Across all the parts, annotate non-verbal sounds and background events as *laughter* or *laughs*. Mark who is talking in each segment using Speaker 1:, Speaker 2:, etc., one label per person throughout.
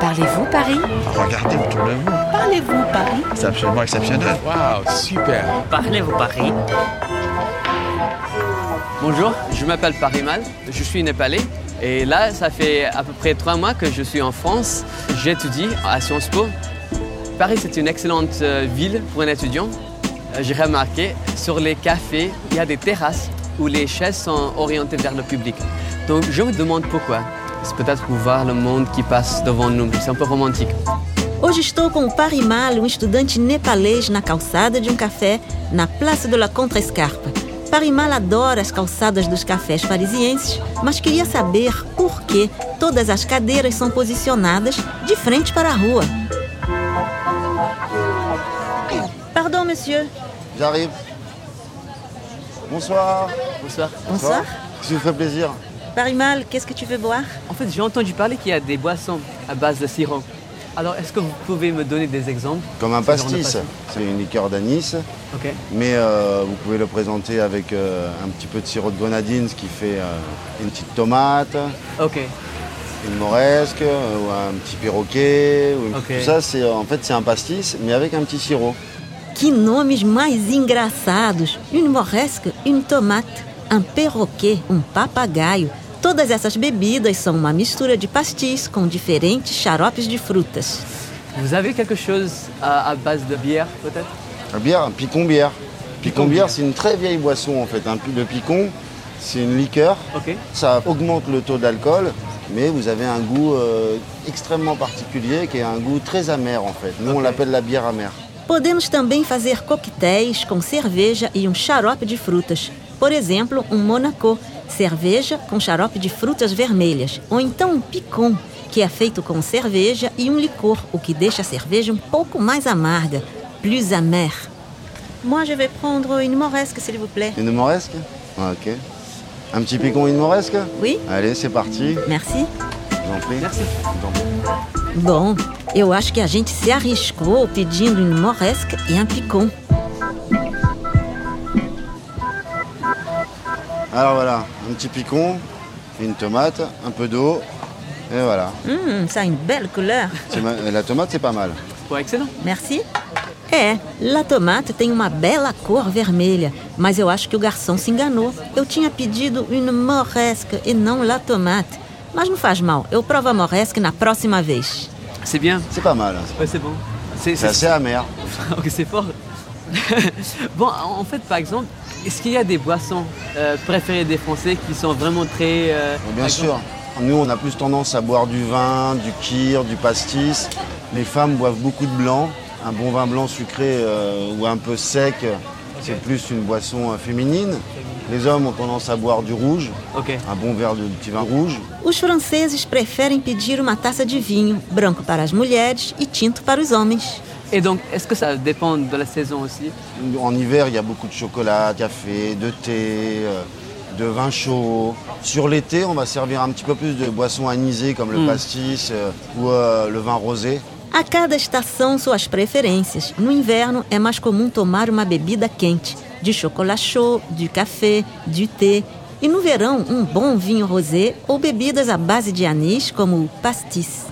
Speaker 1: Parlez-vous Paris
Speaker 2: Regardez autour de vous.
Speaker 1: Parlez-vous Paris
Speaker 2: C'est absolument exceptionnel.
Speaker 3: Waouh, super
Speaker 4: Parlez-vous Paris
Speaker 5: Bonjour, je m'appelle Parimal, je suis népalais et là, ça fait à peu près trois mois que je suis en France. J'étudie à Sciences Po. Paris, c'est une excellente euh, ville pour un étudiant. Euh, J'ai remarqué, sur les cafés, il y a des terrasses où les chaises sont orientées vers le public. Donc je me demande pourquoi. C'est peut-être pour voir le monde qui passe devant nous. C'est un peu romantique.
Speaker 6: Hoje estou com o Parimal, um estudante nepalês, na calçada de um café na Place de la Contrescarpe. Parimal adora as calçadas dos cafés parisienses, mas queria saber por que todas as cadeiras são posicionadas de frente para a rua. Pardon, monsieur.
Speaker 7: J'arrive. Bonsoir.
Speaker 5: Bonsoir.
Speaker 6: Bonsoir.
Speaker 7: Si vous fait plaisir.
Speaker 6: Parimal, qu'est-ce que tu veux boire
Speaker 5: En fait, j'ai entendu parler qu'il y a des boissons à base de sirop. Alors, est-ce que vous pouvez me donner des exemples
Speaker 7: Comme un
Speaker 5: Ce genre de
Speaker 7: pastis.
Speaker 5: pastis.
Speaker 7: C'est une liqueur d'anis,
Speaker 5: Ok.
Speaker 7: mais euh, vous pouvez le présenter avec euh, un petit peu de sirop de grenadine, ce qui fait euh, une petite tomate,
Speaker 5: Ok.
Speaker 7: une moresque, euh, ou un petit perroquet. ou-
Speaker 5: Ok.
Speaker 7: Tout ça, c'est euh, en fait c'est un pastis, mais avec un petit sirop.
Speaker 6: Que nomes mais engraçados! Une moresque, une tomate, um perroquet, um papagaio. Todas essas bebidas são uma mistura de pastis com diferentes xaropes de frutas.
Speaker 5: Vous avez quelque chose à, à base de bière, peut-être
Speaker 7: La bière, un picon bière. Picon
Speaker 5: bière.
Speaker 7: bière, c'est une très vieille boisson en fait. Un pi- le picon, c'est une liqueur.
Speaker 5: Ok.
Speaker 7: Ça augmente le taux d'alcool, mais vous avez un goût euh, extrêmement particulier qui est un goût très amer en fait. Nous, on l'appelle la bière amère.
Speaker 6: Podemos também fazer coquetéis com cerveja e um xarope de frutas. Por exemplo, um Monaco, cerveja com xarope de frutas vermelhas. Ou então um picon, que é feito com cerveja e um licor, o que deixa a cerveja um pouco mais amarga, plus amère. Moi, je vais prendre une moresque, s'il vous plaît.
Speaker 7: Une moresque Ah, Ok. Un petit picon, une moresque
Speaker 6: Oui.
Speaker 7: Allez, c'est parti.
Speaker 6: Merci.
Speaker 7: Je vous en prie.
Speaker 5: Merci.
Speaker 7: Je vous en prie.
Speaker 6: Bom, eu acho que a gente se arriscou pedindo um moresque e um picon.
Speaker 7: Alors voilà, un petit picon, une tomate, un peu d'eau, et voilà.
Speaker 6: Hum, ça a une belle couleur.
Speaker 7: C'est ma- La tomate, c'est pas mal.
Speaker 5: Ouais, excellent.
Speaker 6: Merci. É, La Tomate tem uma bela cor vermelha, mas eu acho que o garçom se enganou. Eu tinha pedido une moresque e não La Tomate. Mas não faz mal, eu provo a moresque na próxima vez.
Speaker 5: C'est bien.
Speaker 7: C'est pas mal.
Speaker 5: Ouais, c'est bon. C'est
Speaker 7: C'est assez amer.
Speaker 5: *laughs* ok, c'est fort. *laughs* bon, en fait, par exemple, est-ce qu'il y a des boissons euh, préférées des Français qui sont vraiment très. euh,
Speaker 7: Mais
Speaker 5: par
Speaker 7: Bien
Speaker 5: exemple-
Speaker 7: sûr. Nous, on a plus tendance à boire du vin, du kir, du pastis. Les femmes boivent beaucoup de blanc. Un bon vin blanc sucré euh, ou un peu sec, c'est plus une boisson euh, féminine. Les hommes ont tendance à boire du rouge,
Speaker 5: Ok.
Speaker 7: un bon verre de petit vin rouge.
Speaker 6: Os franceses preferem pedir uma taça de vinho, branco para as mulheres e tinto para os homens.
Speaker 5: Et donc, est-ce que ça dépend de la saison aussi
Speaker 7: En hiver, il y a beaucoup de chocolat, de café, de thé, euh, de vin chaud. Sur l'été, on va servir un petit peu plus de boissons anisées comme le pastis euh, ou euh, le vin rosé.
Speaker 6: A cada estação, suas preferências. No inverno, é mais comum tomar uma bebida quente, de chocolate chaud, de café, de thé. E no verão, um bom vinho rosé ou bebidas à base de anis, como o pastis.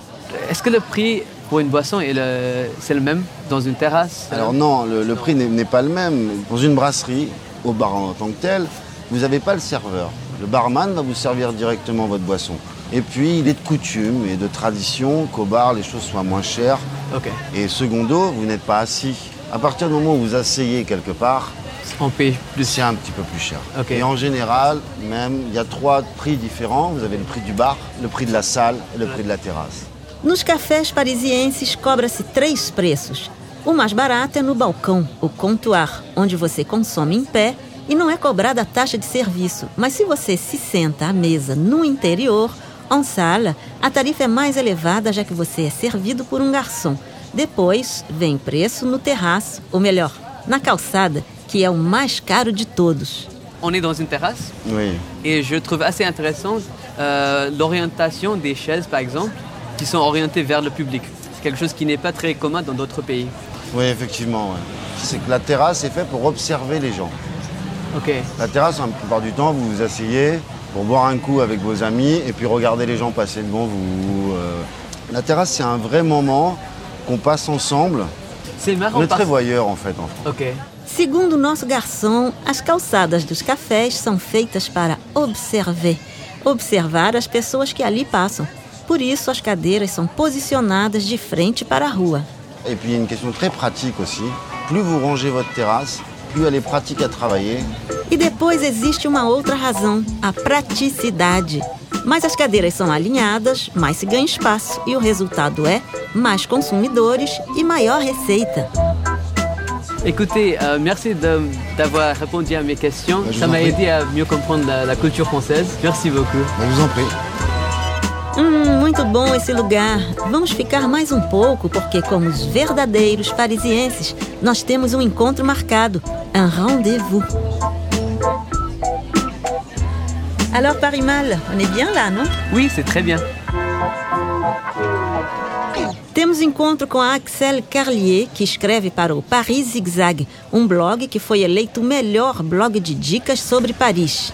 Speaker 5: Est-ce que le prix pour une boisson est le, c'est le même dans une terrasse
Speaker 7: Alors non, le, le prix n'est- n'est pas le même. Dans une brasserie, au bar en tant que tel, vous n'avez pas le serveur. Le barman va vous servir directement votre boisson. Et puis, il est de coutume et de tradition qu'au bar, les choses soient moins chères.
Speaker 5: Ok.
Speaker 7: Et secondo, vous n'êtes pas assis. À partir du moment où vous asseyez quelque part,
Speaker 5: On paye plus.
Speaker 7: c'est un petit peu plus cher.
Speaker 5: Ok.
Speaker 7: Et en général, même, il y a trois prix différents. Vous avez le prix du bar, le prix de la salle et le prix de la terrasse.
Speaker 6: Nos cafés parisienses, cobra-se três preços. O mais barato é no balcão, o comptoir, onde você consome em pé e não é cobrada a taxa de serviço. Mas se você se senta à mesa no interior, en sala, a tarifa é mais elevada já que você é servido por um garçom. Depois vem o preço no terraço, ou melhor, na calçada, que é o mais caro de todos.
Speaker 5: On est dans une terrasse
Speaker 7: Oui.
Speaker 5: Et je trouve assez intéressant euh, l'orientation des chaises, par exemple, qui sont orientées vers le public. C'est quelque chose qui n'est pas très commun dans d'autres pays.
Speaker 7: Oui, effectivement. ouais. C'est que la terrasse est faite pour observer les gens.
Speaker 5: Ok.
Speaker 7: La terrasse, hein, la plupart du temps, vous vous asseyez pour boire un coup avec vos amis et puis regarder les gens passer devant vous. euh. la La terrasse, c'est un vrai moment qu'on passe ensemble.
Speaker 5: C'est marrant
Speaker 7: On est
Speaker 5: parce-
Speaker 7: très voyeurs en fait en France.
Speaker 5: Ok.
Speaker 6: Segundo o nosso garçom, as calçadas dos cafés são feitas para observer, observar as pessoas que ali passam. Por isso, as cadeiras são posicionadas de frente para a rua.
Speaker 7: Et puis il y a une question très pratique aussi. Plus vous rangez votre terrasse, plus elle est pratique à travailler.
Speaker 6: E depois existe uma outra razão, a praticidade. Mais as cadeiras são alinhadas, mais se ganha espaço e o resultado é mais consumidores e maior receita.
Speaker 5: Écoutez, euh, merci de- d'avoir répondu à mes questions.
Speaker 7: Bah, je
Speaker 5: Ça
Speaker 7: vous en
Speaker 5: m'a
Speaker 7: prie.
Speaker 5: aidé à mieux comprendre la, la culture française. Merci beaucoup.
Speaker 7: Bah, Je vous en prie.
Speaker 6: Hum, muito bom esse lugar. Vamos ficar mais um pouco, porque, como os verdadeiros parisienses, nós temos um encontro marcado un rendez-vous. Alors, Paris Mal, on est bien là, não?
Speaker 5: Oui, c'est très bien.
Speaker 6: Temos encontro com a Axel Carlier, que escreve para o Paris Zigzag, um blog que foi eleito o melhor blog de dicas sobre Paris.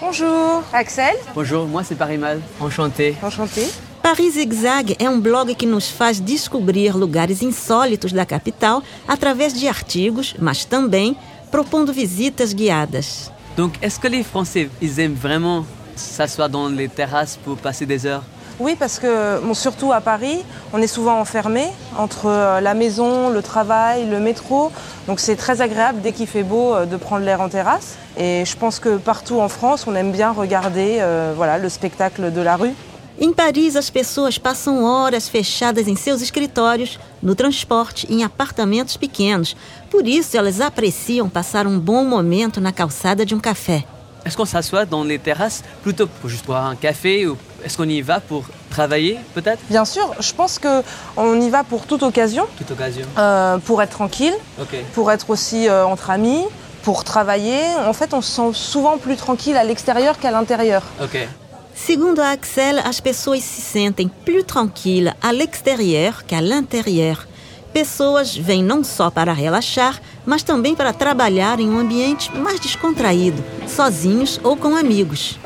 Speaker 1: Bonjour, Axel.
Speaker 5: Bonjour, moi c'est Paris Mal. Enchanté.
Speaker 1: Enchanté.
Speaker 6: Paris Zigzag é um blog que nos faz descobrir lugares insólitos da capital através de artigos, mas também propondo visitas guiadas.
Speaker 5: Donc, est-ce que les Français, ils aiment vraiment s'asseoir dans les terrasses pour passer des heures
Speaker 1: Oui, parce que, bon, surtout à Paris, on est souvent enfermé entre euh, la maison, le travail, le métro. Donc c'est très agréable dès qu'il fait beau euh, de prendre l'air en terrasse. Et je pense que partout en France, on aime bien regarder euh, voilà, le spectacle de la rue.
Speaker 6: Em Paris, as pessoas passam horas fechadas em seus escritórios, no transporte e em apartamentos pequenos. Por isso, elas apreciam passar um bom momento na calçada de um café.
Speaker 5: Est-ce qu'on s'assoit dans les terrasses plutôt pour juste boire un café ou est-ce qu'on y va pour travailler peut-être
Speaker 1: Bien sûr, je pense qu'on y va pour toute occasion,
Speaker 5: Toute occasion.
Speaker 1: euh, pour être tranquille,
Speaker 5: Ok.
Speaker 1: pour être aussi euh, entre amis, pour travailler. En fait, on se sent souvent plus tranquille à l'extérieur qu'à l'intérieur.
Speaker 5: Ok.
Speaker 6: Segundo a Axel, as pessoas se sentem plus tranquilas à l'extérieur qu'à l'intérieur. Pessoas vêm não só para relaxar, mas também para trabalhar em um ambiente mais descontraído, sozinhos ou com amigos.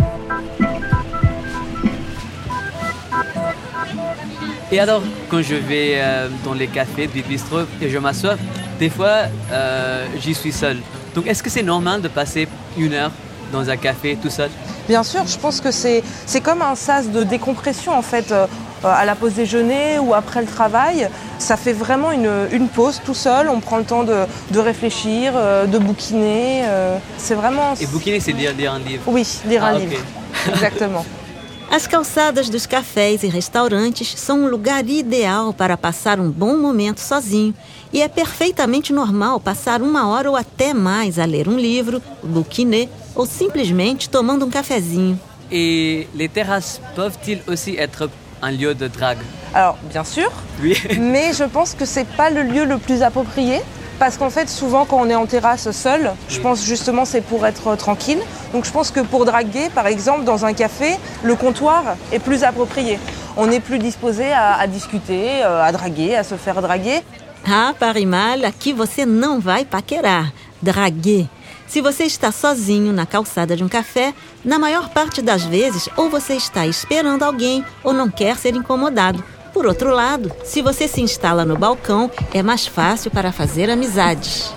Speaker 5: Et alors, quand je vais euh, dans les cafés, des bistrots et je m'assois, des fois, euh, j'y suis seul. Donc, est-ce que c'est normal de passer une heure dans un café tout seul
Speaker 1: Bien sûr, je pense que c'est c'est comme un sas de décompression en fait. euh, euh, à la pause déjeuner ou après le travail, ça fait vraiment une, une pause tout seul. On prend le temps de, de réfléchir, euh, de bouquiner. euh, c'est vraiment.
Speaker 5: Et bouquiner, c'est lire, lire un livre.
Speaker 1: Oui, lire un
Speaker 5: Ah, ok.
Speaker 1: livre.
Speaker 5: *laughs*
Speaker 1: Exactement.
Speaker 6: As calçadas dos cafés e restaurantes são um lugar ideal para passar um bom momento sozinho. E é perfeitamente normal passar uma hora ou até mais a ler um livro, bouquiner ou simplesmente tomando um cafezinho.
Speaker 5: Et les terrasses peuvent-ils aussi être un lieu de drague
Speaker 1: Alors, bien sûr,
Speaker 5: Oui.
Speaker 1: mais je pense que c'est pas le lieu le plus approprié. Parce qu'en fait, souvent, quand on est en terrasse seul, je pense justement c'est pour être euh, tranquille. Donc, je pense que pour draguer, par exemple, dans un café, le comptoir est plus approprié. On est plus disposé à, à discuter, euh, à draguer, à se faire draguer.
Speaker 6: Ah, Parimal, aqui você não vai paquerar, drague. Se você está sozinho na calçada de um café, na maior parte das vezes, ou você está esperando alguém ou não quer ser incomodado. Por outro lado, se você se instala no balcão, é mais fácil para fazer amizades.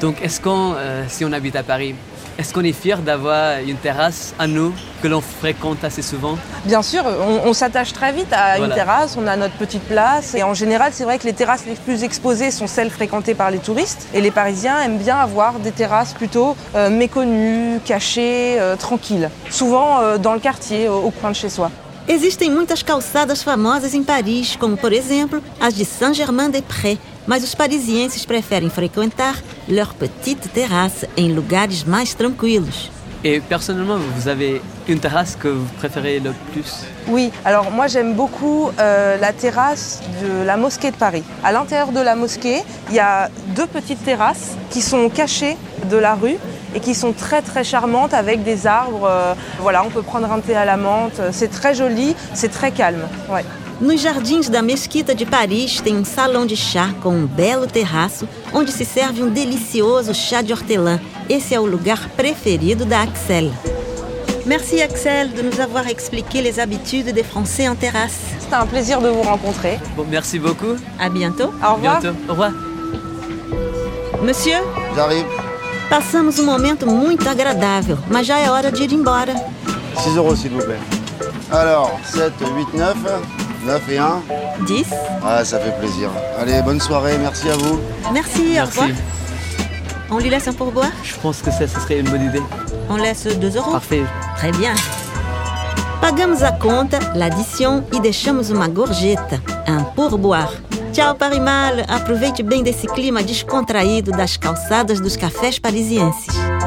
Speaker 5: Donc, est-ce qu'on, euh, si on habite à Paris, est-ce qu'on est fier d'avoir une terrasse à nous que l'on fréquente assez souvent
Speaker 1: Bien sûr, on, on s'attache très vite à
Speaker 5: Voilà.
Speaker 1: une terrasse, on a notre petite place. Et en général, c'est vrai que les terrasses les plus exposées sont celles fréquentées par les touristes. Et les Parisiens aiment bien avoir des terrasses plutôt euh, méconnues, cachées, euh, tranquilles. Souvent euh, dans le quartier, au, au coin de chez soi.
Speaker 6: Existem muitas calçadas famosas em Paris, como por exemplo as de Saint-Germain-des-Prés, mas os parisienses preferem frequentar leur petite terrasse em lugares mais tranquilos.
Speaker 5: Et personnellement, vous avez une terrasse que vous préférez le plus
Speaker 1: Oui, alors moi j'aime beaucoup euh, la terrasse de la mosquée de Paris. À l'intérieur de la mosquée, il y a deux petites terrasses qui sont cachées de la rue et qui sont très très charmantes avec des arbres. euh, voilà, on peut prendre un thé à la menthe, euh, c'est très joli, c'est très calme. Ouais.
Speaker 6: Nos jardins da Mesquita de Paris tem um salão de chá com um belo terraço onde se serve um delicioso chá de hortelã. Esse é o lugar preferido da Axel. Merci Axel de nous avoir expliqué les habitudes des Français en terrasse.
Speaker 1: C'était un plaisir de vous rencontrer.
Speaker 5: Bon, merci beaucoup.
Speaker 6: À bientôt.
Speaker 1: Au
Speaker 5: À
Speaker 1: revoir.
Speaker 5: bientôt. Au revoir.
Speaker 6: Monsieur,
Speaker 7: J'arrive.
Speaker 6: passamos um momento muito agradável, mas já é hora de ir embora.
Speaker 7: 6 euros s'il vous plaît. Alors, 7, 8, 9, 9 et 1.
Speaker 6: Diz.
Speaker 7: Ah, ça fait plaisir. Allez, bonne soirée, merci à vous.
Speaker 6: Merci, au
Speaker 5: Merci.
Speaker 6: revoir. On lui laisse un pourboire
Speaker 5: Je pense que ça, ce serait une bonne idée.
Speaker 6: On laisse 2
Speaker 1: Oh.
Speaker 6: euros
Speaker 5: Parfait.
Speaker 6: Très bien. Pagamos a conta, l'addition e deixamos uma gorjeta, um pourboire. Tchau, Parimal! Aproveite bem desse clima descontraído das calçadas dos cafés parisienses.